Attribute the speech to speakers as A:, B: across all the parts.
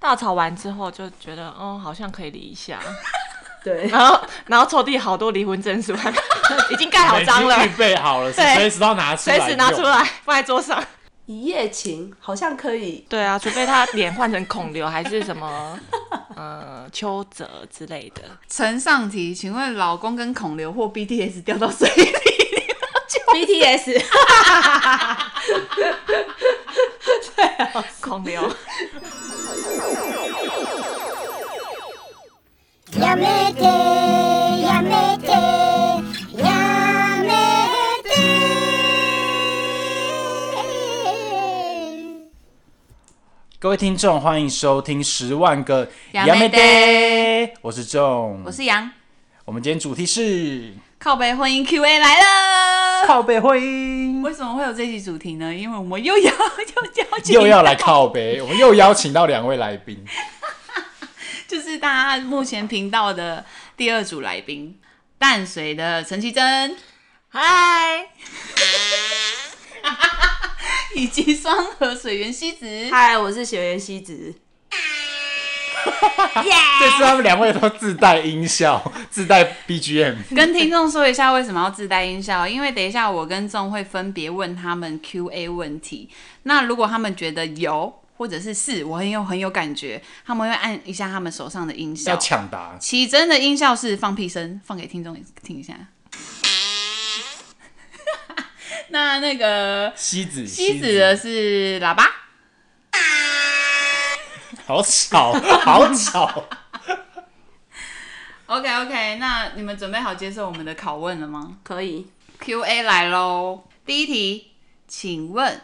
A: 大吵完之后就觉得，嗯，好像可以离一下。
B: 对，
A: 然后，然后抽屉好多离婚证书，已经盖好章了
C: 已，经预备好了，
A: 对
C: 随时都要拿出来
A: 随
C: 用，
A: 时拿出来放在桌上。
B: 一夜情好像可以，
A: 对啊，除非他脸换成孔刘还是什么，呃，邱泽之类的。
D: 呈上题，请问老公跟孔刘或 BTS 掉到水里，
B: BTS
A: 孔刘，
E: やめてやめてやめて
C: 各位听众，欢迎收听《十万个
D: や
C: や
D: め
C: め
D: て
C: て》，我是仲，
D: 我是羊，
C: 我们今天主题是
D: 靠背婚姻 Q&A 来了。
C: 靠背婚姻，
D: 为什么会有这集主题呢？因为我们又要 又邀请
C: 又要来靠背，我们又邀请到两位来宾，
D: 就是大家目前频道的第二组来宾，淡水的陈绮贞
A: 嗨
D: 以及双河水源希子。
B: 嗨，我是学员西子，
C: 这次他们两位都自带音效，自带 BGM。
D: 跟听众说一下为什么要自带音效，因为等一下我跟仲会分别问他们 Q&A 问题。那如果他们觉得有或者是是我很有很有感觉，他们会按一下他们手上的音
C: 要
D: 效。
C: 抢答，
D: 起真的音效是放屁声，放给听众听一下。 那那个
C: 西子，
D: 西子的是喇叭，
C: 好吵，好吵。
D: OK OK，那你们准备好接受我们的拷问了吗
B: 可以。
D: ？Q&A 来喽，第一题，请问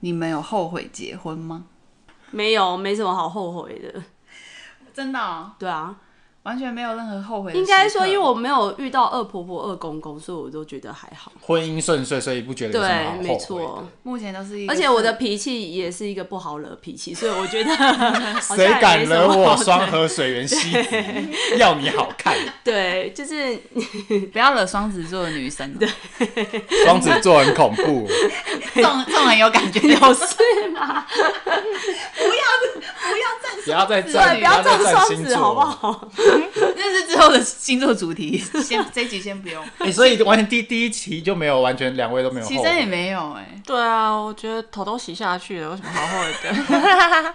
D: 你们有后悔结婚吗？
B: 没有，没什么好后悔的。
D: 真的哦、
B: 对啊，
D: 完全没有任何后悔的
B: 应
D: 时刻。
B: 该说，因为我没有遇到恶婆婆、恶公公，所以我都觉得还好。
C: 婚姻顺遂，所以不觉得有什
B: 对，
C: 么好后悔
B: 没
C: 的
B: 错。。
D: 目前都是一个，
B: 而且我的脾气也是一个不好惹脾气，所以我觉得 好像
C: 谁
B: 也没
C: 敢
B: 什
C: 惹
B: 么
C: 我
B: 好的
C: 双？河水源西子？要你好看，
B: 对，就是
D: 不要惹双子座的女生、哦对，
C: 双子座很恐怖。
D: 纵纵很有感 觉，
B: 有事吗？
C: 不要再站，
B: 对，不要
C: 再
B: 撞
C: 站
B: 双
C: 星
B: 子好
C: 座
B: 不？好？
D: 那是之后的星座主题，先这一集先不 用。
C: 哎、所以完全第第一题就没有，完全两位都没有后
D: 其
C: 悔。
D: 实也没有哎、
A: 对啊，我觉得头都洗下去了，有什么好后悔的？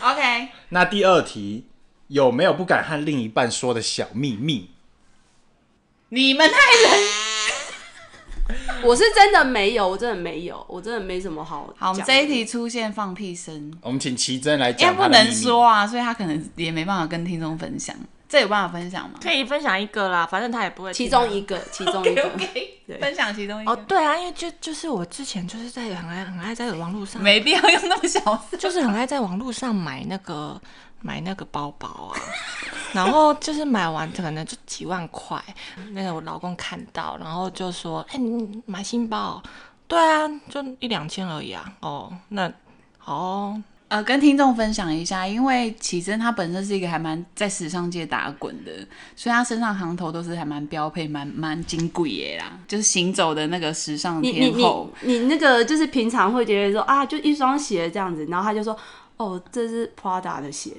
D: OK，
C: 那第二题有没有不敢和另一半说的小秘密？
D: 你们太
B: 我是真的没有，我真的没有，我真的没什么好。
D: 好，我们这一，题出现放屁声。
C: 我们请奇珍来
D: 因为
C: 讲。，
D: 不能说，啊，所以他可能也没办法跟听众分享。这有办法分 享吗？
A: 可以分享一个啦，反正他也不会听
B: 其
A: 啊。
B: 中一个，其 中一个对
D: 分享其中一个，
A: 哦，对啊，因为就就是我之前就是在很爱很爱在网络上，
D: 没必要用那么小声。
A: 就是很爱在网络上买那个买那个包包啊， 然后就是买完可能就几万块，那个我老公看到，然后就说：“哎、你买新包？”对啊，就一两千而已啊。哦，那好哦，
D: 呃，跟听众分享一下，因为启真他本身是一个还蛮在时尚界打滚的，所以他身上行头都是还蛮标配、蛮蛮金贵耶啦，就是行走的那个时尚
B: 你你
D: 天
B: 你
D: 后。
B: 你那个就是平常会觉得说啊，就一双鞋这样子，然后他就说哦，这是 Prada 的鞋，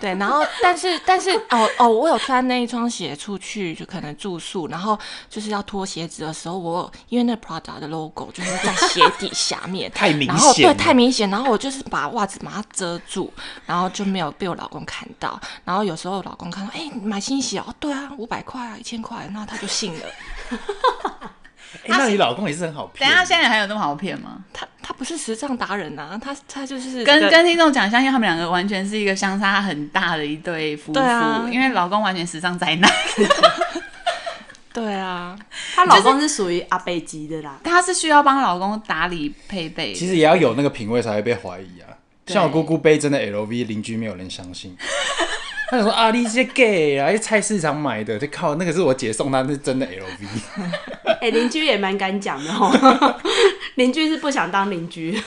A: 对，然后但是但是哦哦，我有穿那一双鞋出去，就可能住宿，然后就是要脱鞋子的时候，我有因为那 Prada 的 logo 就是在鞋底下面
C: 太明
A: 然后
C: 显
A: 对
C: 了
A: 太明显，然后我就是把袜子把它遮住，然后就没有被我老公看到。然后有时候我老公看到，哎、你买新鞋哦，对啊，五百块啊，一千块，那他就信了。
C: 哎、那你老公也是很好
D: 等
C: 骗。
D: 一下，现在还有那么好骗吗？
A: 他他不是时尚达人啊，他他就是
D: 跟
A: 个
D: 跟听众讲一下，因为他们两个完全是一个相差很大的一对夫妇，
A: 对啊
D: 因为老公完全时尚灾 难。
A: 对啊，
B: 她老公是属于阿贝级的啦。
D: 她是需要帮老公打理配备的，
C: 其实也要有那个品味才会被怀疑啊。像我姑姑背真的 LV，邻居没有人相信。他想说啊，你这 gay 啊，在菜市场买的，就靠那个是我姐送他，那是真的 LV。
B: 哎、邻居也蛮敢讲的哦， 邻居是不想当邻居。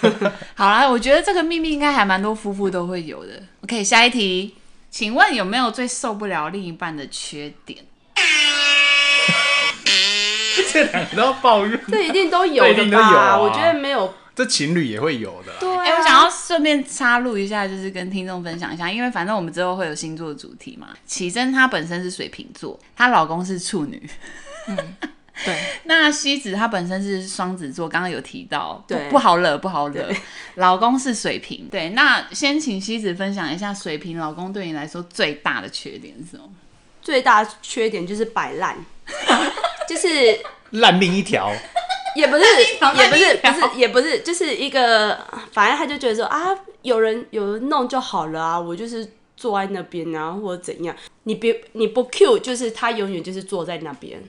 D: 好啦，我觉得这个秘密应该还蛮多夫妇都会有的。OK，下一题，请问有没有最受不了另一半的缺点？
C: 这两个都要抱怨，
B: 这一定都有
C: 这一
B: 的
C: 定都有
B: 吧？
C: 啊
B: 我觉得没有，
C: 这情侣也会有的啦。啊
D: 哎、我想要顺便插入一下，就是跟听众分享一下，因为反正我们之后会有星座主题嘛。启真她本身是水瓶座，她老公是处女。嗯
A: 对，
D: 那西子她本身是双子座，刚刚有提到，
B: 对
D: 不不好惹，不好惹。老公是水瓶，对。那先请西子分享一下，水瓶老公对你来说最大的缺点是什么？
B: 最大缺点就是摆烂， 就是
C: 烂命一条，
B: 也不是，
D: 条
B: 也不是，
D: 那
B: 不
D: 一条
B: 是，也不是，就是一个，反正他就觉得说啊，有人有人弄就好了啊，我就是坐在那边啊，或者怎样，你别你不 Q，就是他永远就是坐在那边。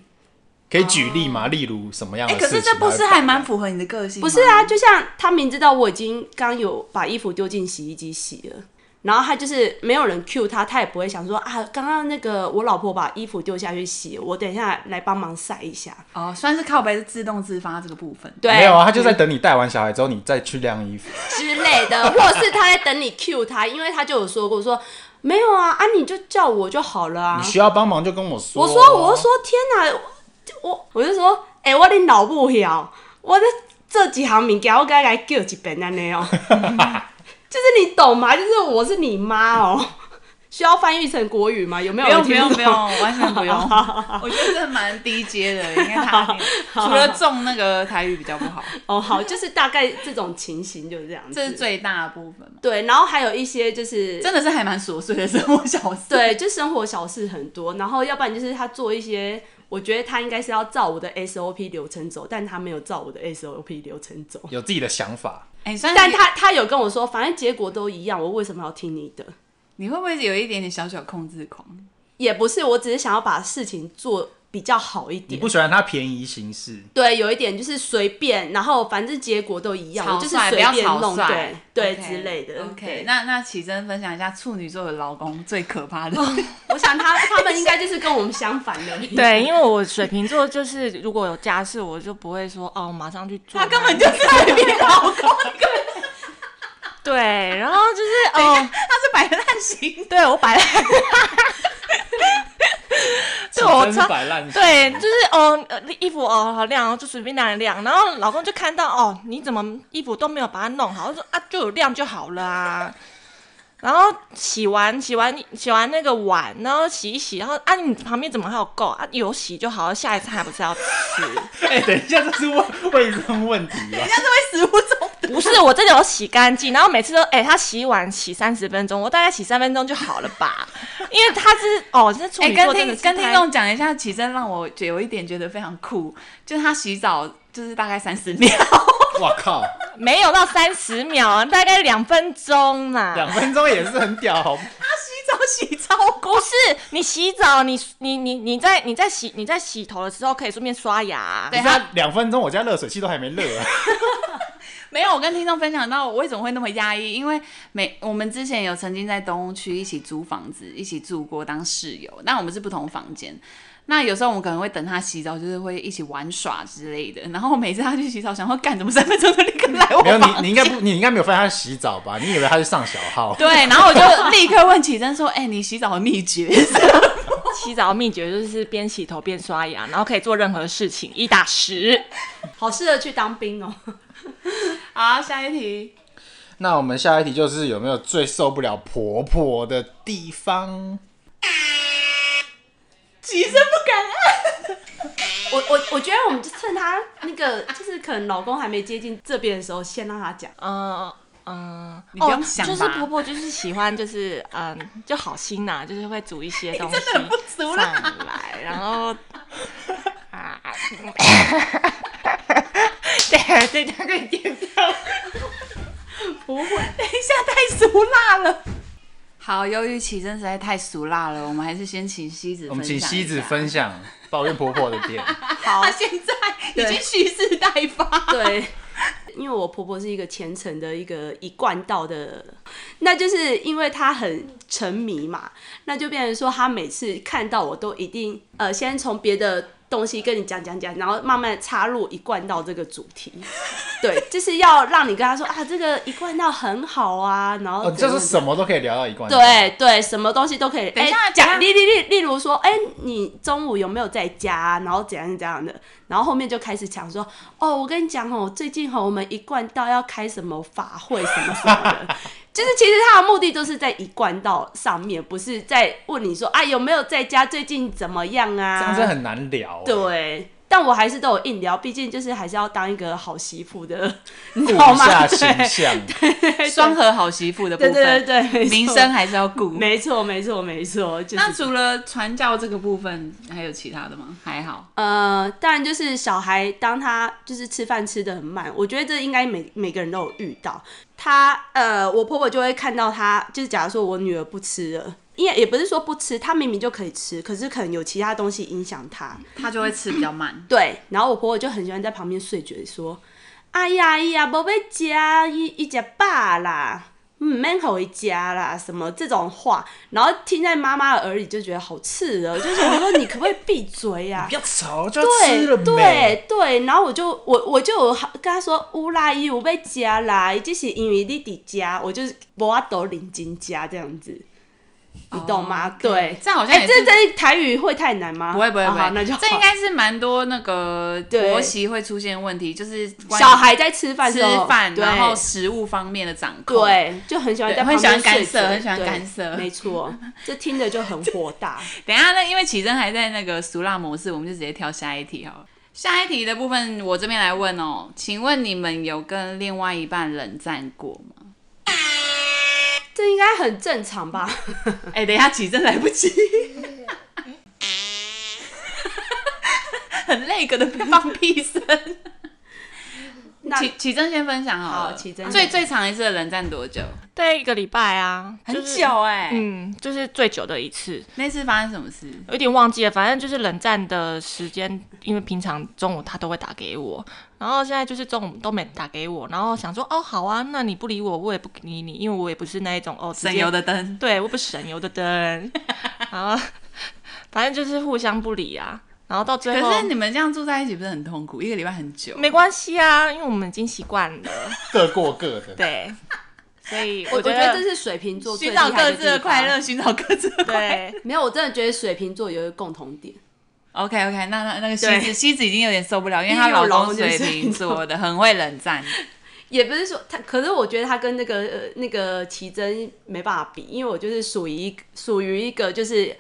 C: 可以举例吗？例如什么样的
D: 哎、
C: 事
D: 可
C: 情？
D: 是这不是还蛮符合你的个性？
B: 不是，啊，就像他明知道我已经刚有把衣服丢进洗衣机洗了，然后他就是没有人 Q 他，他也不会想说啊，刚刚那个我老婆把衣服丢下去洗，我等一下来帮忙晒一下。
D: 哦，算是靠背是自动自发这个部分。
B: 对，
C: 没有啊，他就在等你带完小孩之后，你再去晾衣服。
B: 之类的， 或者是他在等你 Q 他，因为他就有说过说没有啊，啊你就叫我就好了啊
C: 你。需要帮忙就跟我说。
B: 我说我就说天哪，我我就说哎、欸我你脑不晓，我的这几行名件我该来叫一遍安尼哦，就是你懂吗？就是我是你妈哦，需要翻译成国语吗？有没有
D: 不用
B: 人
D: 不
B: 听不
D: 用不用
B: 懂？，
D: 完全 不用。我觉得这蛮低阶的，应该他除了中那个台语比较不好，
B: 哦，好，就是大概这种情形就是这样子。
D: 这是最大的部分嘛。
B: 对，然后还有一些就是
D: 真的是还蛮琐碎的生活 小事。
B: 对，就生活小事很多，然后要不然就是他做一些，我觉得他应该是要照我的 SOP 流程走，但他没有照我的 SOP 流程走。
C: 有自己的想法，
D: 哎、算是
B: 但他他有跟我说，反正结果都一样，我为什么要听你的？
D: 你会不会有一点点小小控制狂？
B: 也不是，我只是想要把事情做比较好一
C: 你
B: 点
C: 不。喜欢他便宜行事，
B: 对，有一点就是随便，然后反正结果都一样，我
D: 草
B: 就是
D: 率
B: 随
D: 不要
B: 便
D: 草
B: 弄，
D: 率
B: 对，对
D: OK，
B: 之类的。
D: OK，
B: 对
D: 那那启真分享一下处女座的老公最可 怕的，
B: 我想他他们应该就是跟我们相反 的。
A: 对，因为我水瓶座就是如果有家事，我就不会说哦，马上去做。
D: 他根本就是 随便老公，
A: 对，然后就是哦，
D: 他是摆烂型。
A: 对我摆烂， 对我
C: 真
A: 超
C: 摆烂。
A: 对，就是哦，呃衣服哦好晾，哦，就随便晾一晾。然后老公就看到哦，你怎么衣服都没有把它弄好？他说啊，就有晾就好了啊。然后洗完洗完洗完那个碗，然后洗一洗，然后啊，你旁边怎么还有够啊？有洗就好，下一次还不是要吃？
C: 哎、等一下，这是问卫生问 题吧？
D: 他是会食物中毒，
A: 不是，我真的有洗干净，然后每次都哎、他洗碗洗三十分钟，我大概洗三分钟就好了吧？因为他是哦，这处
D: 哎、
A: 女座
D: 跟
A: 真的
D: 听
A: 是
D: 跟听
A: 太
D: 众讲一下，启真让我觉有一点觉得非常酷，就是他洗澡就是大概三十 秒，
C: 我靠，
A: 没有到三十秒，大概两分钟啦。
C: 两分钟也是很屌，好吗
D: 他洗澡洗超
A: 不是你洗澡，你你你你在你在洗你在洗头的时候可以顺便刷牙、
D: 对
C: 你知道
D: 他
C: 两分钟，我家热水器都还没热、 啊。
D: 没有，我跟听众分享到我为什么会那么压抑，因为每我们之前有曾经在东屋区一起租房子，一起住过当室友，但我们是不同房间。那有时候我们可能会等他洗澡，就是会一起玩耍之类的。然后每次他去洗澡，想说干怎么三分钟就立刻来我
C: 没有你，
D: 房
C: 你应该不，你应该没有发现他洗澡吧？你以为他是上小号？
D: 对， 然后我就立刻问启真说：“哎、你洗澡的秘诀是什么
A: 洗澡秘诀就是边洗头边刷牙，然后可以做任何事情，一打十。
B: 好适合去当兵哦。？”
D: 好，下一题。
C: 那我们下一题就是有没有最受不了婆婆的地方？
D: 起身不敢按，
B: 我我我觉得我们就趁她那个，就是可能老公还没接近这边的时候，先让她讲。
A: 嗯嗯，
D: 你不用想
A: 哦，
D: 吧
A: 就是婆婆就是喜欢就是嗯就好心呐、就是会煮一些东西
D: 真的很不足啦
A: 上来，然后啊，对对，他可以点
B: 不会，
D: 等一下太俗辣了。好，由于启真实在太俗辣了，我们还是先请西子分享一下。
C: 我们请西子分享抱怨婆婆的点。
B: 好
D: 他，现在已经蓄势待发。
B: 对，因为我婆婆是一个虔诚的一个一贯道的，那就是因为她很沉迷嘛，那就变成说她每次看到我都一定呃，先从别的东西跟你讲讲讲，然后慢慢插入一贯到这个主题。对，就是要让你跟他说啊，这个一贯道很好啊，然后
C: 哦，就是
B: 怎样
C: 什么都可以聊到一贯。，
B: 对对，什么东西都可以。
D: 等一下
B: 哎
D: 等一下
B: 讲例例例，例如说，哎、你中午有没有在家啊、然后怎样怎样的，然后后面就开始讲说，哦，我跟你讲哦，最近哦，我们一贯道要开什么法会什么什么的。 就是其实他的目的都是在一贯道上面，不是在问你说啊有没有在家，最近怎么样啊？
C: 这样真的很难聊欸。
B: 对，但我还是都有硬聊，毕竟就是还是要当一个好媳妇的， 你知道
C: 顾一
B: 吗？
C: 下
B: 对
C: 形象，
D: 双核好媳妇的部
B: 对
D: 分，
B: 对对对，没错
D: 名声还是要顾。
B: 没错没错没错，就是
D: 那除了传教这个部分，还有其他的吗？还好，
B: 呃，当然就是小孩，当他就是吃饭吃的很慢，我觉得这应该每每个人都有遇到。他呃，我婆婆就会看到他，就是假如说我女儿不吃了，因为也不是说不吃，她明明就可以吃，可是可能有其他东西影响她。。
D: 他就会吃比较慢
B: 对，然后我婆婆就很喜欢在旁边碎嘴说：“哎呀哎呀，无要食，伊伊食饱啦，唔免互伊食啦，什么这种话。”然后听在妈妈的耳里就觉得好刺耳，我就想说你可不可以闭嘴呀、
C: 不要吵，就要吃了
B: 对
C: 没？
B: 对对，然后我就我我就有跟他说，乌啦伊有被加啦，就是因为你伫家，我就是无法度领金家这样子，你懂吗
D: 哦
B: 对，
D: 这样好像
B: 哎、
D: 也
B: 这
D: 是
B: 这台语会太难吗？
D: 不会不会
B: 啊
D: 不
B: 好
D: 会，
B: 那就好
D: 这应该是蛮多那个
B: 对
D: 婆媳会出现问题，就是关于
B: 小孩在吃饭的
D: 吃
B: 时候
D: 饭，
B: 对
D: 然后食物方面的掌控。，
B: 对，就很喜欢
D: 对
B: 在
D: 很
B: 旁
D: 喜
B: 边
D: 欢干
B: 碎
D: 涉
B: 嘴
D: 很喜欢
B: 对
D: 干涉
B: 没错，这听着就很火大。
D: 等一下呢，因为启真还在那个俗辣模式，我们就直接跳下一题好了。下一题的部分我这边来问哦，请问你们有跟另外一半冷战过吗？
B: 这应该很正常吧？
D: 哎、等一下启真来不及，很累个的放屁声。
B: 那
D: 启启真先分享好了，
B: 好启真
D: 最最长一次的冷战多久？
A: 大概一个礼拜啊，就是，
D: 哎、
A: 嗯，就是最久的一次，
D: 那次发生什么事？
A: 有点忘记了，反正就是冷战的时间，因为平常中午他都会打给我，然后现在就是中午都没打给我，然后想说哦好啊，那你不理我，我也不理你，因为我也不是那一种哦直接
D: 省油的灯，
A: 对，我不省油的灯，然后反正就是互相不理啊，然后到最后
D: 可是你们这样住在一起不是很痛苦？一个礼拜很久，
A: 没关系啊，因为我们已经习惯了，
C: 各过各的。
A: 对，所以
B: 我
A: 觉
B: 觉得这是水瓶座最
D: 寻找
B: 厉害
D: 各
B: 的
D: 自
B: 地
D: 的快
B: 方
D: 乐，。寻找各自的快乐。
A: 对，
B: 没有，我真的觉得水瓶座有一个共同点，
D: OK OK，那那那个西
B: 对
D: 子西子已经有点受不了，因为
B: 因为
D: 她
B: 我老
D: 老公
B: 公就是
D: 水瓶座的，很会冷战。
B: 也不是说他，可是我觉得他跟那个、呃、那个奇珍没办法比，因为我就是属于一属于一个就是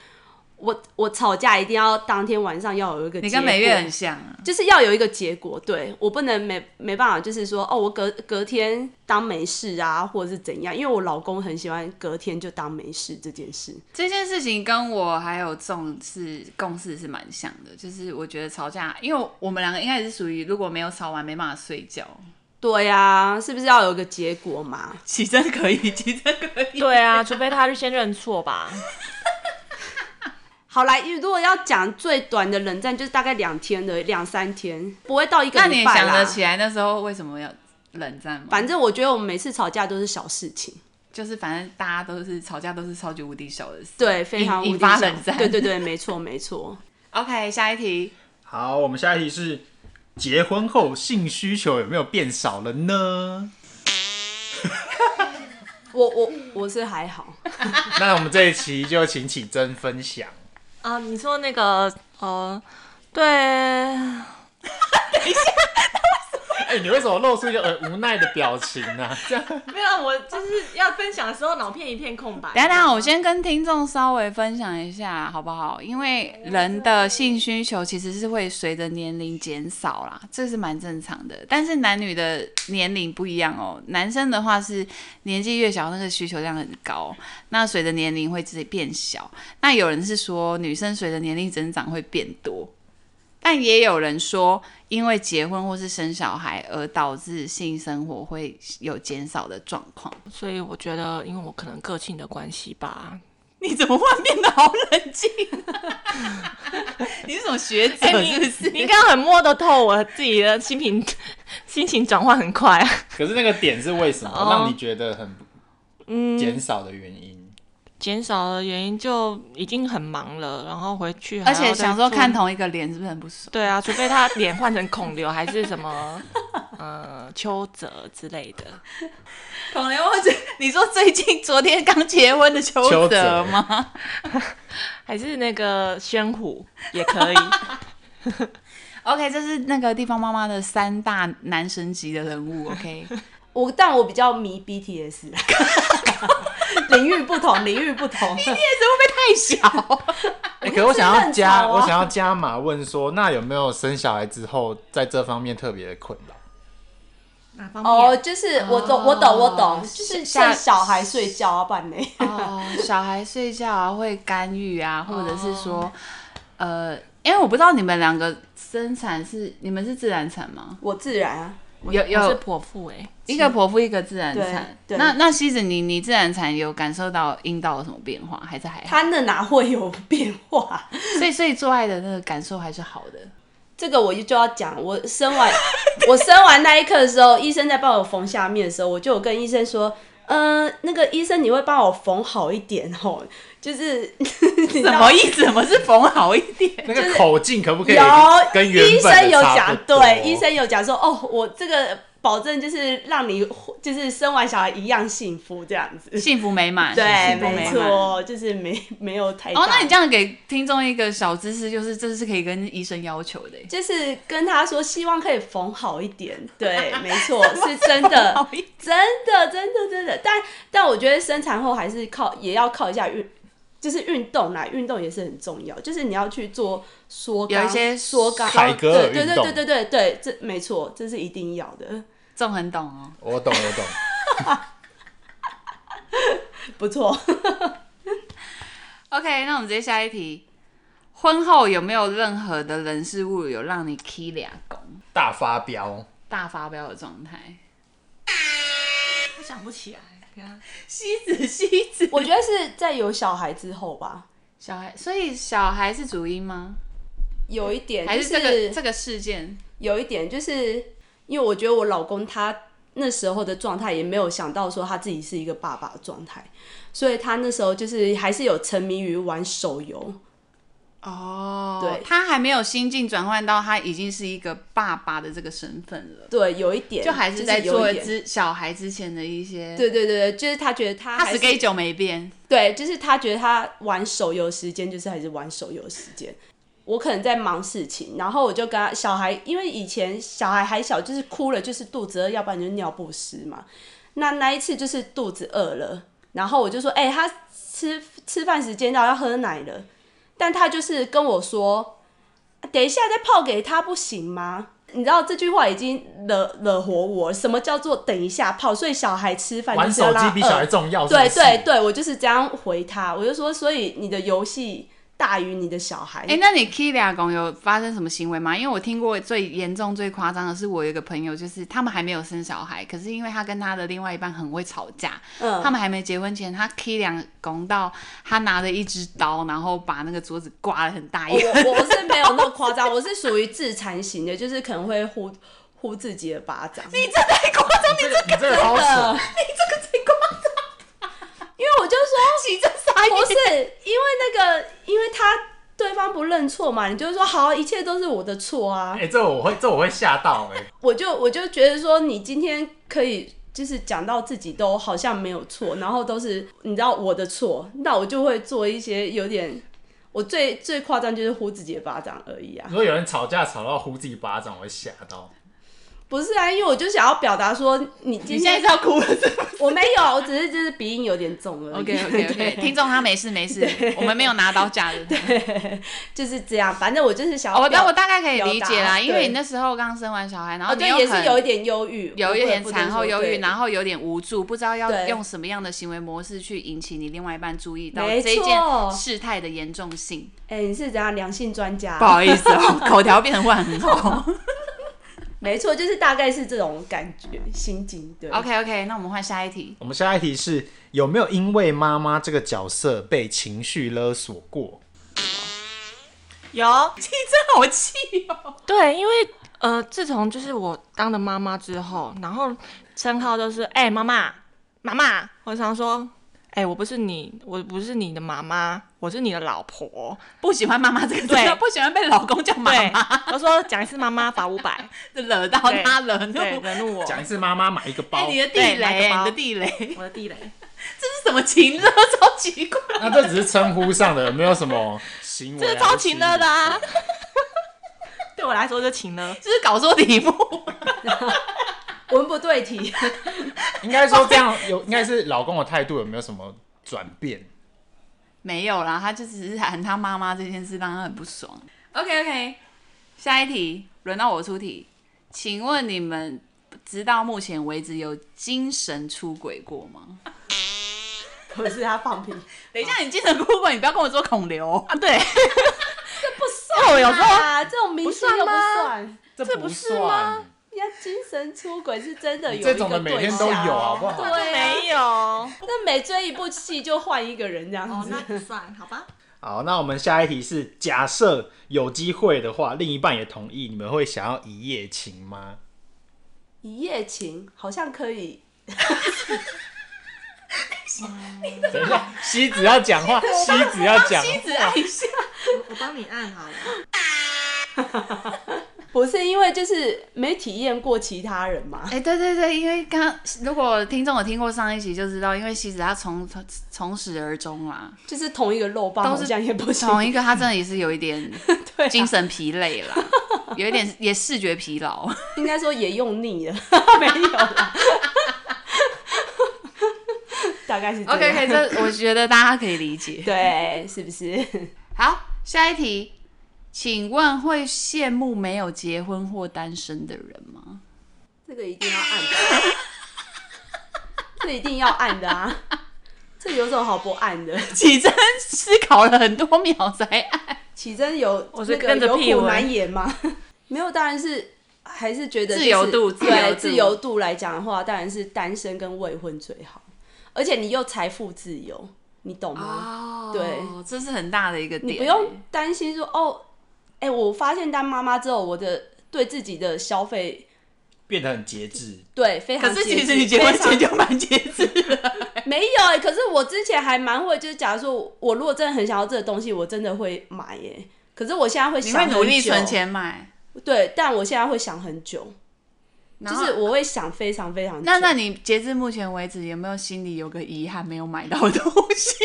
B: 我我吵架一定要当天晚上要有一个
D: 你
B: 结
D: 跟美月
B: 果
D: 很像啊，
B: 就是要有一个结果，对我不能没没办法，就是说哦，我隔隔天当没事啊，或者是怎样，因为我老公很喜欢隔天就当没事这件事。
D: 这件事情跟我还有重是共事是蛮像的，就是我觉得吵架，因为我们两个应该也是属于如果没有吵完没办法睡觉。
B: 对呀、是不是要有个结果嘛？
D: 起真可以，起真可 以。
A: 对啊，除非他就先认错吧。
B: 好来，如果要讲最短的冷战，就是大概两天的两三天，不会到一个
D: 那你
B: 礼拜
D: 想得
B: 啦。
D: 起来那时候为什么要冷战吗？
B: 反正我觉得我们每次吵架都是小事情，
D: 就是反正大家都是吵架都是超级无敌小的事，
B: 对，非常
D: 引
B: 无
D: 引
B: 敌
D: 发
B: 小
D: 冷战。
B: 对对对，没错没错。
D: OK，下一题，
C: 好，我们下一题是结婚后性需求有没有变少了呢？
B: 我我我是还好，
C: 那我们这一期就请启真分享。
A: 啊，你说那个呃，对，
C: 哎、你为什么露出一个呃无奈的表情呢、这样
A: 没有，我就是要分享的时候脑片一片空白。
D: 等一下等一下，我先跟听众稍微分享一下好不好？因为人的性需求其实是会随着年龄减少啦，这是蛮正常的。但是男女的年龄不一样哦，男生的话是年纪越小，那个需求量很高，那随着年龄会自己变小。那有人是说女生随着年龄增长会变多，但也有人说，因为结婚或是生小孩而导致性生活会有减少的状况。
A: 所以我觉得，因为我可能个性的关系 吧。
D: 你怎么忽然变得好冷静、 哎你是什么学者是不是？
A: 你刚刚很摸得透我自己的心情，心情转换很快啊。
C: 可是那个点是为什么
A: 哦
C: 让你觉得很减少的原因？
A: 减少的原因就已经很忙了，然后回去还
D: 而
A: 要
D: 且
A: 再
D: 想说
A: 做
D: 看同一个脸是不是很不 爽？
A: 对啊，除非他脸换成孔刘还是什么 呃邱泽之类的，
D: 孔刘或者你说最近昨天刚结婚的邱
C: 邱
D: 泽
C: 泽
D: 吗？
A: 还是那个宣虎也 可以。
D: OK，这是那个地方妈妈的三大男神级的人物。OK，
B: 我但我比较迷 BTS，领域不同，领域不同。
D: BTS 会不 会太小？
C: 欸可是我想
B: 真的
C: 要
B: 很
C: 加，
B: 吵啊
C: 我想要加码问说，那有没有生小孩之后在这方面特别的困 扰？
A: 哪方
B: 哦，就是我懂，我懂，我懂，就是
D: 下
B: 像小孩睡觉啊，半呢。
D: 哦，小孩睡觉啊会干预啊，或者是说，呃，因为我不知道你们两个生产是你们是自然产吗？
B: 我自然啊，
D: 有
A: 我是
D: 有
A: 泼妇哎，
D: 一个剖腹一个自然
B: 对
D: 产。
B: 对
D: 那那西子你你自然产有感受到阴道有什么变化，还是还好？
B: 他那哪会有变化？
D: 所以所以做爱的那个感受还是好的。
B: 这个我就就要讲，我生完 我生完那一刻的时候，医生在帮我缝下面的时候，我就有跟医生说，呃，那个医生你会帮我缝好一点哦， 就是什
D: 什么意思？怎么是缝好一点？
C: 那个口径可不可以
B: 有
C: 跟
B: 医
C: 原本
B: 生
C: 的
B: 有
C: 差
B: 讲
C: 不，多
B: 对，医生有讲说，哦，我这个保证就是让你就是生完小孩一样幸福这样子。
D: 幸福美 满，
B: 对，
D: 幸福
B: 没
D: 美满。
B: 错，就是没没有太大
D: 哦，那你这样给听众一个小知识，就是这是可以跟医生要 求的耶。
B: 就是跟他说，希望可以缝好一点。对，没 错，是真的
D: 好，一点
B: 真的，真的，真的。但但我觉得生产后还是靠，也要靠一下运，就是运动啦，运动也是很重要。就是你要去做缩肛，
D: 有一些
B: 缩肛，
C: 凯格
B: 对
C: 尔
B: 对
C: 运
B: 对
C: 动
B: 对对对对，这没错，这是一定要的。
D: 仲很懂哦。
C: 我懂，我懂。
B: 不错，
D: OK，那我们直接下一题。婚后有没有任何的人事物有让你 k 俩拱
C: 大发飙，
D: 大发飙的状态？
A: 我想不起来。
D: 西子，西子，
B: 我觉得是在有小孩之后吧，
D: 小孩，所以小孩是主因吗？
B: 有一点
D: 还
B: 就是
D: 这个这个事件？
B: 有一点，就是因为我觉得我老公他那时候的状态也没有想到说他自己是一个爸爸的状态，所以他那时候就是还是有沉迷于玩手游。
D: 哦，
B: 对
D: 他还没有心境转换到他已经是一个爸爸的这个身份了，
B: 对，有一点，
D: 就还是在
B: 就
D: 做
B: 有一点。
D: 之小孩之前的一些。，
B: 对对对对，就是他觉得他
D: 他
B: 还
D: 十
B: 是
D: 给九没变，
B: 对，就是他觉得他玩手游时间就是还是玩手游时间。我可能在忙事情，然后我就跟他小孩，因为以前小孩还小，就是哭了就是肚子饿，要不然就是尿不湿嘛。那那一次就是肚子饿了，然后我就说，哎、他吃吃饭时间到要喝奶了，但他就是跟我说，等一下再泡给他不行吗？你知道这句话已经惹惹火我，什么叫做等一下泡？所以小孩吃饭就
C: 玩
B: 是要
C: 手
B: 让
C: 机
B: 他
C: 比小
B: 饿
C: 孩重要。
B: 对
C: 是不是
B: 对，对，我就是这样回他，我就说，所以你的游戏大于你的小孩。
D: 哎、那你 k i l a 公有发生什么行为吗？因为我听过最严重、最夸张的是，我有一个朋友，就是他们还没有生小孩，可是因为他跟他的另外一半很会吵架，
B: 嗯
D: 他们还没结婚前，他 k i l a 公到他拿着一只刀，然后把那个桌子刮了很大一
B: 我
D: 个。
B: 我我是没有那么夸张，我是属于自残型的，就是可能会呼呼自己的巴掌，
D: 你这太夸张，你这
C: 你这个好扯，
B: 因为我就说哎
D: 你这啥
B: 不
D: 意
B: 是，因为那个，因为他对方不认错嘛，你就说好，一切都是我的错啊，
C: 哎，这我会，这我会吓到哎。
B: 我就我就觉得说，你今天可以就是讲到自己都好像没有错，然后都是你知道我的错，那我就会做一些有点，我最最夸张就是呼自己的巴掌而已啊
D: 嗯
C: 如。果有人吵架吵到呼自己巴掌，我会吓到。
B: 不是啊，因为我就想要表达说，你
D: 你
B: 今
D: 现
B: 天
D: 在是要哭了是吗
B: 我没有，我只是就是鼻音有点重而已。
D: ？OK OK OK，听 众他没事没事，我们没有拿刀架着他。
B: 就是这样，反正我就是想要
D: 哦我
B: 表。
D: 但我大概可以理解啦，
B: 表达对
D: 因为你那时候刚生完小孩，然后
B: 哦，
D: 你
B: 对，
D: 又
B: 也是
D: 很
B: 有一点忧郁，
D: 有一点产后忧郁，
B: 后
D: 然后有点无助，不知道要
B: 对
D: 用什么样的行为模式去引起你另外一半注意到
B: 没
D: 这一件
B: 错
D: 事态的严重性。
B: 哎、你是怎样良性专家？
D: 不好意 思哦，口条变得很好。
B: 没错，就是大概是这种感觉心境，对。
D: OK OK，那我们换下一题。
C: 我们下一题是有没有因为妈妈这个角色被情绪勒索过？
A: 有
D: 气真好气哦！
A: 对，因为呃，自从就是我当了妈妈之后，然后称号都是哎、妈妈妈妈，我常说哎、我不是你，我不是你的妈妈，我是你的老婆。
D: 不喜欢妈妈这个
A: 对
D: 字，不喜欢被老公叫妈
A: 对
D: 妈，，
A: 他说讲一次妈妈罚五 百，
D: 惹到
A: 对
D: 他惹怒。
A: 对，惹怒我，
C: 讲一次妈妈买一个
D: 哎、
C: 包，
D: 你的地
A: 对
D: 雷、
A: 买个包
D: 你的地雷，这
A: 我的地雷。
D: 是什么情 乐？超奇怪。
C: 那这只是称呼上的，没有什么行为。
A: 这是超情乐的啊！对我来说就情乐，
D: 就是搞错题目，
B: 文不对题，
C: 应该说这样有，应该是老公的态度有没有什么转变？
D: 没有啦，他就只是喊他妈妈这件事让他很不爽。OK OK，下一题轮到我出题，请问你们直到目前为止有精神出轨过吗？
B: 不是他放屁，
D: 等一下，你精神出轨，你不要跟我说孔刘啊！ 对，
A: 因为我有时候
B: 啊，这种明星又不 算，
C: 这啊
A: 这不是吗？
B: 人家精神出轨是真的有一
C: 这
B: 个
C: 种的每天都
B: 对
C: 有，
B: 象啊
C: 好不好？
B: 对啊，
A: 没有，
B: 那每追一部戏就换一个人这样子，
A: 不算，好吧？
C: 好，那我们下一题是：假设有机会的话，另一半也同意，你们会想要一夜情 吗？
B: 一夜情好像可以，
C: 等一下，西子要讲话， 西子要讲话，
D: 妻子爱笑，
A: 我帮你按好了。
B: 不是因为就是没体验过其他人嘛
D: 哎、，对对对，因为刚刚如果听众有听过上一集就知道，因为妻子她从从从始而终啦，
B: 就是同一个肉棒
D: 都
B: 好
D: 是
B: 像也不行，
D: 同一个她真的也是有一点
B: 对啊
D: 精神疲累 啦，有一点也视觉疲劳。
B: 应该说也用腻 了，没有 啦，大概是这样
D: OK OK，这我觉得大家可以理解。
B: 对，是不是？
D: 好，下一题，请问会羡慕没有结婚或单身的人吗？
B: 这个一定要按的，啊这一定要按的啊！这有什么好不按的？
D: 启真思考了很多秒才按，
B: 起真有
A: 我是
B: 那个
A: 跟着
B: 有
A: 屁
B: 苦
A: 闻
B: 难言吗？ 没有，当然是还是觉得、就是、
D: 自由度自由
B: 对
D: 度
B: 自由度来讲的话，当然是单身跟未婚最好，而且你又财富自由，你懂吗？
D: 哦
B: 对，
D: 这是很大的一个点，
B: 你不用担心说哦，哎、我发现当妈妈之后，我的对自己的消费
C: 变得很节制。
B: 对非常
D: 哎可是其
B: 节
D: 实
B: 制
D: 你结婚
B: 非常
D: 前就蛮节制的，
B: 没有哎、可是我之前还蛮会，就是假如说我如果真的很想要这个东西，我真的会买哎、可是我现在会
D: 你
B: 想
D: 会努力
B: 很久
D: 存，钱买，
B: 对，但我现在会想很久，
D: 然
B: 就
D: 后
B: 是我会想非常非常久。
D: 那那你截至目前为止有没有心里有个遗憾没有买到的东西？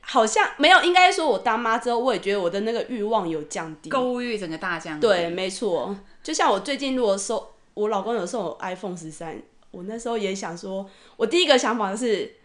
B: 好像没有，应该说我当妈之后，我也觉得我的那个欲望有降低。
D: 购物欲整个大降低，
B: 对，没错，就像我最近如果收我老公有送我 iPhone 十三，我那时候也想说，我第一个想法是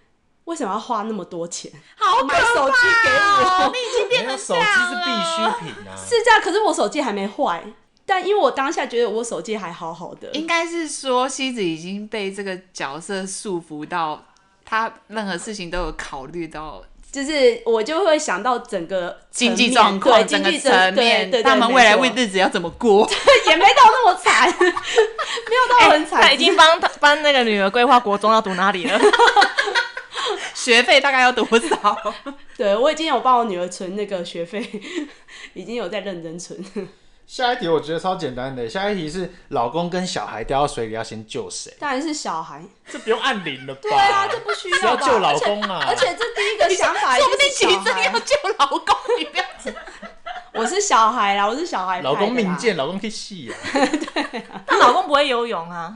B: 为什么要花那么多钱
D: 好
B: 买手机给我？
A: 哦
D: 你已经变
C: 没有手
D: 成这
C: 机
D: 样
C: 是
D: 了，
C: 必需品 啊，
B: 是这样，可是我手机还没坏，但因为我当下觉得我手机还好好的，
D: 应该是说西子已经被这个角色束缚到，他任何事情都有考虑到
B: 就是我就会想到整个层
D: 经
B: 面
D: 济状况、
B: 对
D: 整
B: 经
D: 个
B: 济
D: 层面，
B: 对对对
D: 他们未来
B: 没
D: 为
B: 错
D: 日子要怎么过？
B: 也没到那么惨， 没有到很惨，
A: 哎他已经帮他帮那个女儿规划国中要读哪里了。
D: 学费大概要多少？
B: 对我已经有帮我女儿存那个学费， 已经有在认真存。
C: 下一题我觉得超简单的，下一题是老公跟小孩掉到水里要先救谁？
B: 当然是小孩，
C: 这不用按铃了吧？
B: 对啊，这不需
C: 只要
B: 吧？
C: 救老公啊！
B: 而且而且这第一个想 法就
D: 说不定
B: 是
D: 其
B: 小
D: 实真的要
B: 孩，
D: 救老公，你不要这样。
B: 我是小孩啦，我是小孩派的
C: 老
B: 啦，
C: 公命贱，老公可 以戏啊！
A: 她老公不会游泳啊，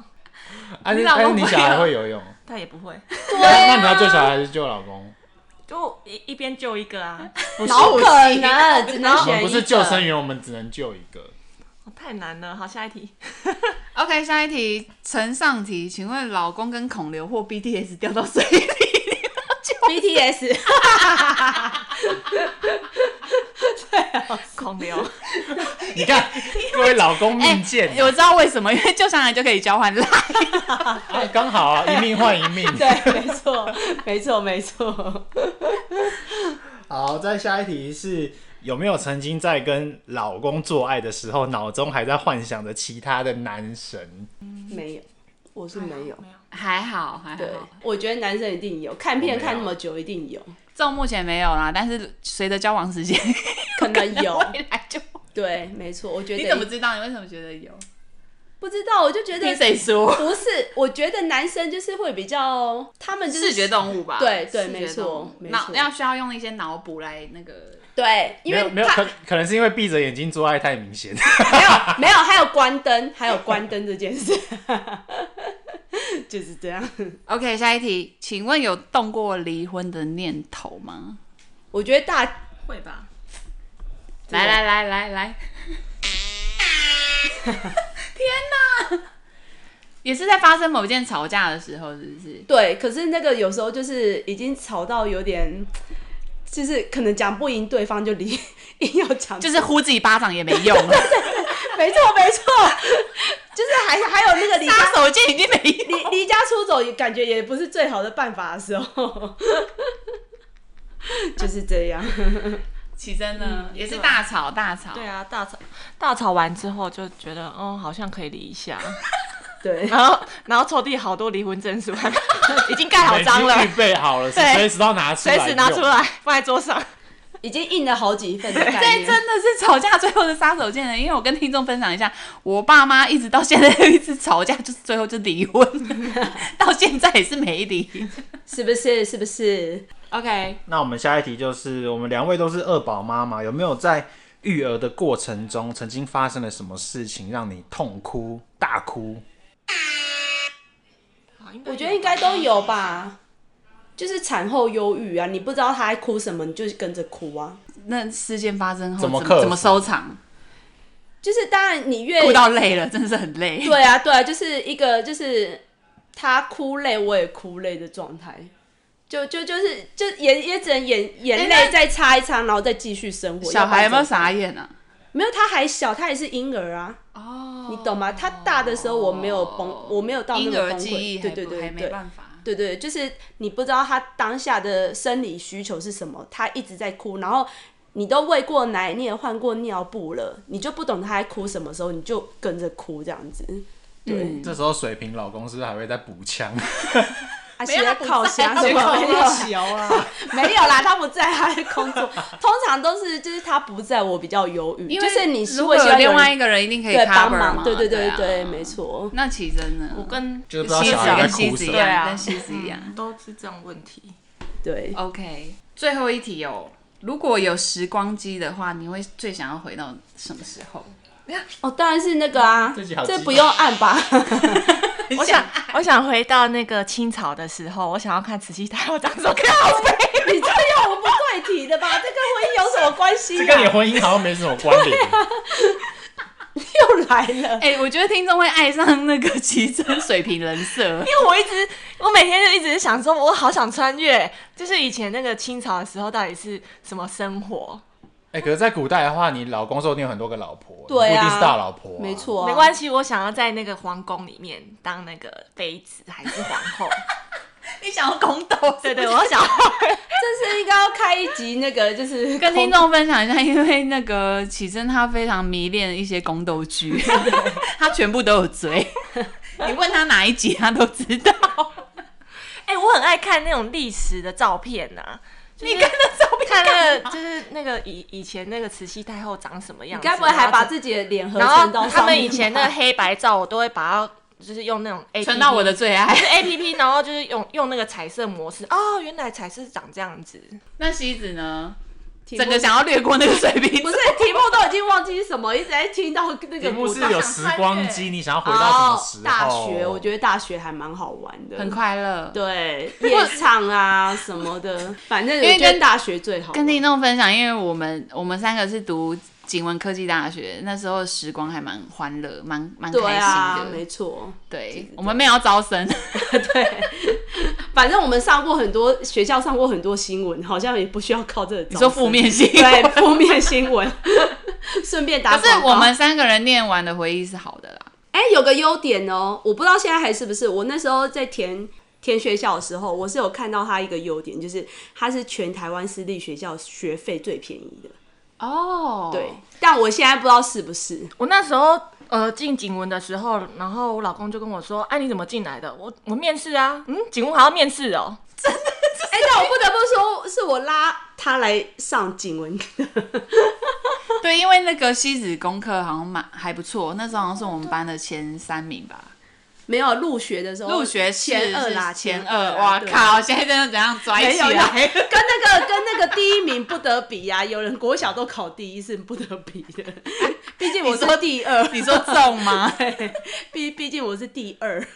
C: 啊，你
D: 老公
C: 但是你
D: 不会
C: 小孩
D: 啊
C: 会游泳，
A: 他也不会，啊
C: 那那你要救小孩还是救老公？
A: 就一一边救一个啊，
C: 不
B: 哪有
C: 我
B: 可能只能
C: 们
B: 选
C: 不
B: 一
C: 是救
B: 个
C: 生员，我们只能救一 个。
A: 哦太难了。好，下一 题，
D: OK，下一题，呈上题，请问老公跟孔刘或 BTS 掉到水里，
B: BTS。
A: 孔刘，
C: 你看，各位老公命贱
A: 哎
D: 我知道为什么，因为救上来就可以交换啦。
C: 啊，刚好啊，一命换一 命。
B: 对，没错，没错，没错。
C: 好，再下一题是有没有曾经在跟老公做爱的时候，脑中还在幻想着其他的男神？
B: 没有，我是没有。
D: 还好，还
B: 对
D: 好，，
B: 我觉得男生一定有，看片
C: 我没有
B: 看那么久一定有，
D: 这目前没有啦，但是随着交往时间，
B: 可能有。
D: 未来就。
B: 对，没错，我觉得
D: 你怎么知道？你为什么觉得有？
B: 不不知道，我就觉得
D: 听谁说？
B: 不是，我觉得男生就是会比较，他们就是
D: 视觉动物吧？
B: 对对
D: 视觉
B: 没错
D: 动物
B: 没
D: 脑
B: 错
D: 要需要用一些脑补来那个，
B: 对，因
C: 没有
B: 为
C: 没有
B: 他
C: 可可能是因为闭着眼睛做爱太明显，
B: 没 有没有，还有关灯，还有关灯这件事， 就是这样。
D: OK，下一题，请问有动过离婚的念头吗？
B: 我觉得大
A: 会吧？
D: 来来来来来， 天哪！也是在发生某件吵架的时候，是不是？
B: 对，可是那个有时候就是已经吵到有点，就是可能讲不赢对方就离，硬要讲，
D: 就是呼自己巴掌也没用啊 了，
B: 没错没错，就是还还有那个离家
D: 杀手锏已经没用。
B: 离离家出走，也感觉也不是最好的办法的时 候，就是这样。
D: 起真
C: 嗯
D: 呢，也是大吵大吵。
A: 对啊，大吵大吵完之后就觉得，嗯，好像可以离一下。
B: 对，
A: 然后然后抽屉好多离婚证书， 已经 盖好章了
C: 已经，预备好 了，
A: 对
C: 随时都拿出
A: 随
C: 来用，
A: 时拿出来放在桌上。
B: 已经印了好几份的概
D: 这
B: 念。
D: 真的是吵架最后的杀手锏了，因为我跟听众分享一下，我爸妈一直到现在一直吵架，就是最后就离婚， 到现在也是没离。
B: 是不是？是不是？
D: OK，
C: 那我们下一题就是，我们两位都是二宝妈妈，有没有在育儿的过程中曾经发生了什么事情让你痛哭、大哭？
B: 我觉得应该都有吧。就是产后忧郁啊，你不知道他在哭什么，你就跟着哭啊。
D: 那事件发生后
C: 怎么克
D: 么
C: 服
D: 怎么收场？
B: 就是当然你 越
D: 哭到累了，真的是很累。
B: 对啊对啊，就是一个就是他哭累，我也哭累的状态。就就就是就也也只能眼眼
D: 哎
B: 泪
D: 那
B: 再擦一擦，然后再继续生活。
D: 小孩有没有
B: 啥？
D: 傻眼啊？
B: 没有，他还小，他也是婴儿啊。
D: 哦
B: 你懂吗？他大的时候我没有崩，我没有到那
D: 婴
B: 么
D: 儿
B: 崩
D: 记忆
B: 溃。
D: 还
B: 对
D: 不
B: 对对
D: 还没
B: 对，
D: 办法。
B: 对对，就是你不知道他当下的生理需求是什么，他一直在哭，然后你都喂过奶，你也换过尿布了，你就不懂他在哭什么时候，你就跟着哭这样子。对，
C: 这时候水瓶老公是不是还会在补枪？
B: 啊，
D: 有
B: 现在
D: 他不
B: 靠
D: 在
B: 墙
D: 他
B: 什
D: 不
B: 么没有啦，
C: 啊！
B: 没有啦，他不在，他在工作。通常都是就是他不在我比较忧郁，
D: 因
B: 就
D: 为
B: 是你是
D: 如果
B: 会希
D: 有
B: 望有
D: 另外
B: 人
D: 一个人，一定可以
B: 对帮
D: cover
B: 忙，
D: 嘛？
B: 对对
D: 对
B: 对
D: 啊
B: 对，没。错。
D: 那起真呢？
A: 我跟
C: 就是不知道
D: 西
C: 小
D: 子
C: 孩在
D: 跟
C: 哭
D: 西
C: 什
D: 子一
C: 么。
A: 对
D: 样，
A: 啊
D: 跟西子一样。
A: 嗯都是这种问题。
B: 对，
D: OK，最后一题哦。如果有时光机的话，你会最想要回到什么时 候？
B: 哦，当然是那个啊
C: 这集好，
B: 这
C: 激
B: 不
C: 动
B: 用按吧？
A: 我想，我想回到那个清朝的时候，我想要看慈禧太后长什么样子。。
B: 你这个有我们不对题的吧？这跟婚姻有什么关系、啊？
C: 这跟你婚姻好像没什么关联。
B: 又来了。
D: 哎、我觉得听众会爱上 那个奇珍水平人设
A: 因为我一直，我每天就一直想说，我好想穿越，就是以前那个清朝的时候，到底是什么生活？
C: 哎、可是，在古代的话，你老公说不定有很多个老婆，
B: 对啊
C: 你不一定是大老婆、
B: 没，错、啊，
A: 没关系，我想要在那个皇宫里面当那个妃子还是皇 后。
D: 你想要宫斗？
A: 对对，我想要
B: 这是应该要开一集那个，就是
D: 跟听众分享一下，因为那个启真他非常迷恋一些宫斗剧， 他全部都有 追。你问他哪一集，他都知 道。
A: 哎、我很爱看那种历史的照片呐、就是
D: 你看那照片
A: 看那
D: 干
A: 个
D: 嘛，
A: 就是那个以以前那个慈禧太后长什么样
B: 你
A: 子？
B: 该不会还把
A: 然后
B: 自己的脸合
A: 然
B: 成
A: 后
B: 到
A: 他
B: 上
A: 们
B: 面
A: 以前那个黑白照，我都会把它就是用那种 A
D: 传到我的最爱。
A: A P P，然后就是用用那个彩色模式。哦，原来彩色是长这样子。
D: 那西子呢？
B: 题目
D: 整个想要略过那个水平，
B: 不是题目都已经忘记是什么，一直在听到那
C: 题
B: 个
C: 目是
B: 不哦
C: 有时光机，你想要回到什么时候？
B: 大学，我觉得大学还蛮好玩的，
D: 很。快乐。
B: 对，夜场啊什么的，反正
D: 因为
B: 我觉得
D: 跟
B: 大学最好玩。
D: 跟听众分享，因为我们我们三个是读景文科技大学，那时候时光还蛮欢乐，蛮蛮开
B: 对
D: 心
B: 啊，
D: 的。
B: 没错，
D: 对，我们没有要招生，
B: 对，反正我们上过很多学校，上过很多新闻，好像也不需要靠这个。
D: 你说负面性。
B: 对，负面新闻， 顺便打
D: 可
B: 广告。
D: 是我们三个人念完的回忆是好的啦。
B: 哎、有个优点哦、我不知道现在还是不是。我那时候在填填学校的时候，我是有看到它一个优点，就是它是全台湾私立学校学费最便宜的。
D: 哦，
B: 对，但我现在不知道是不是。
A: 我那时候呃进景文的时候，然后我老公就跟我说：“哎、你怎么进来的？我我面试啊，嗯，景文还要面试哦。
B: 哎、但我不得不说，是我拉他来上景文课。
D: 对，因为那个西子功课好像蛮还不错，那时候好像是我们班的前三名吧。
B: 没有入学的时候，
D: 入学是
B: 哦前二啦，
D: 是前
B: 二
D: 二，
B: 啦，
D: 哇
B: 对
D: 靠！现在真的怎样拽
B: 没
D: 起
B: 有啦，
D: 来？
B: 跟那个跟那个第一名不得比呀、 有人国小都考第一是不得比的， 毕竟我说第二，
D: 你说中吗？
B: 毕毕竟我是第二，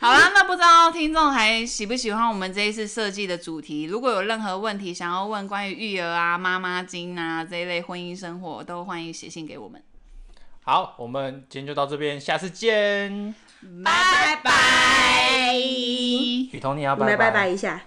D: 好啦，那不知道听众还喜不喜欢我们这一次设计的主题？如果有任何问题想要问关于育儿啊、妈妈经啊这一类婚姻生活，都欢迎写信给我们。
F: 好，我们今天就到这边，下次见。
D: 拜拜。
F: 雨桐，你要
B: 我
F: 拜
B: 们拜拜一下。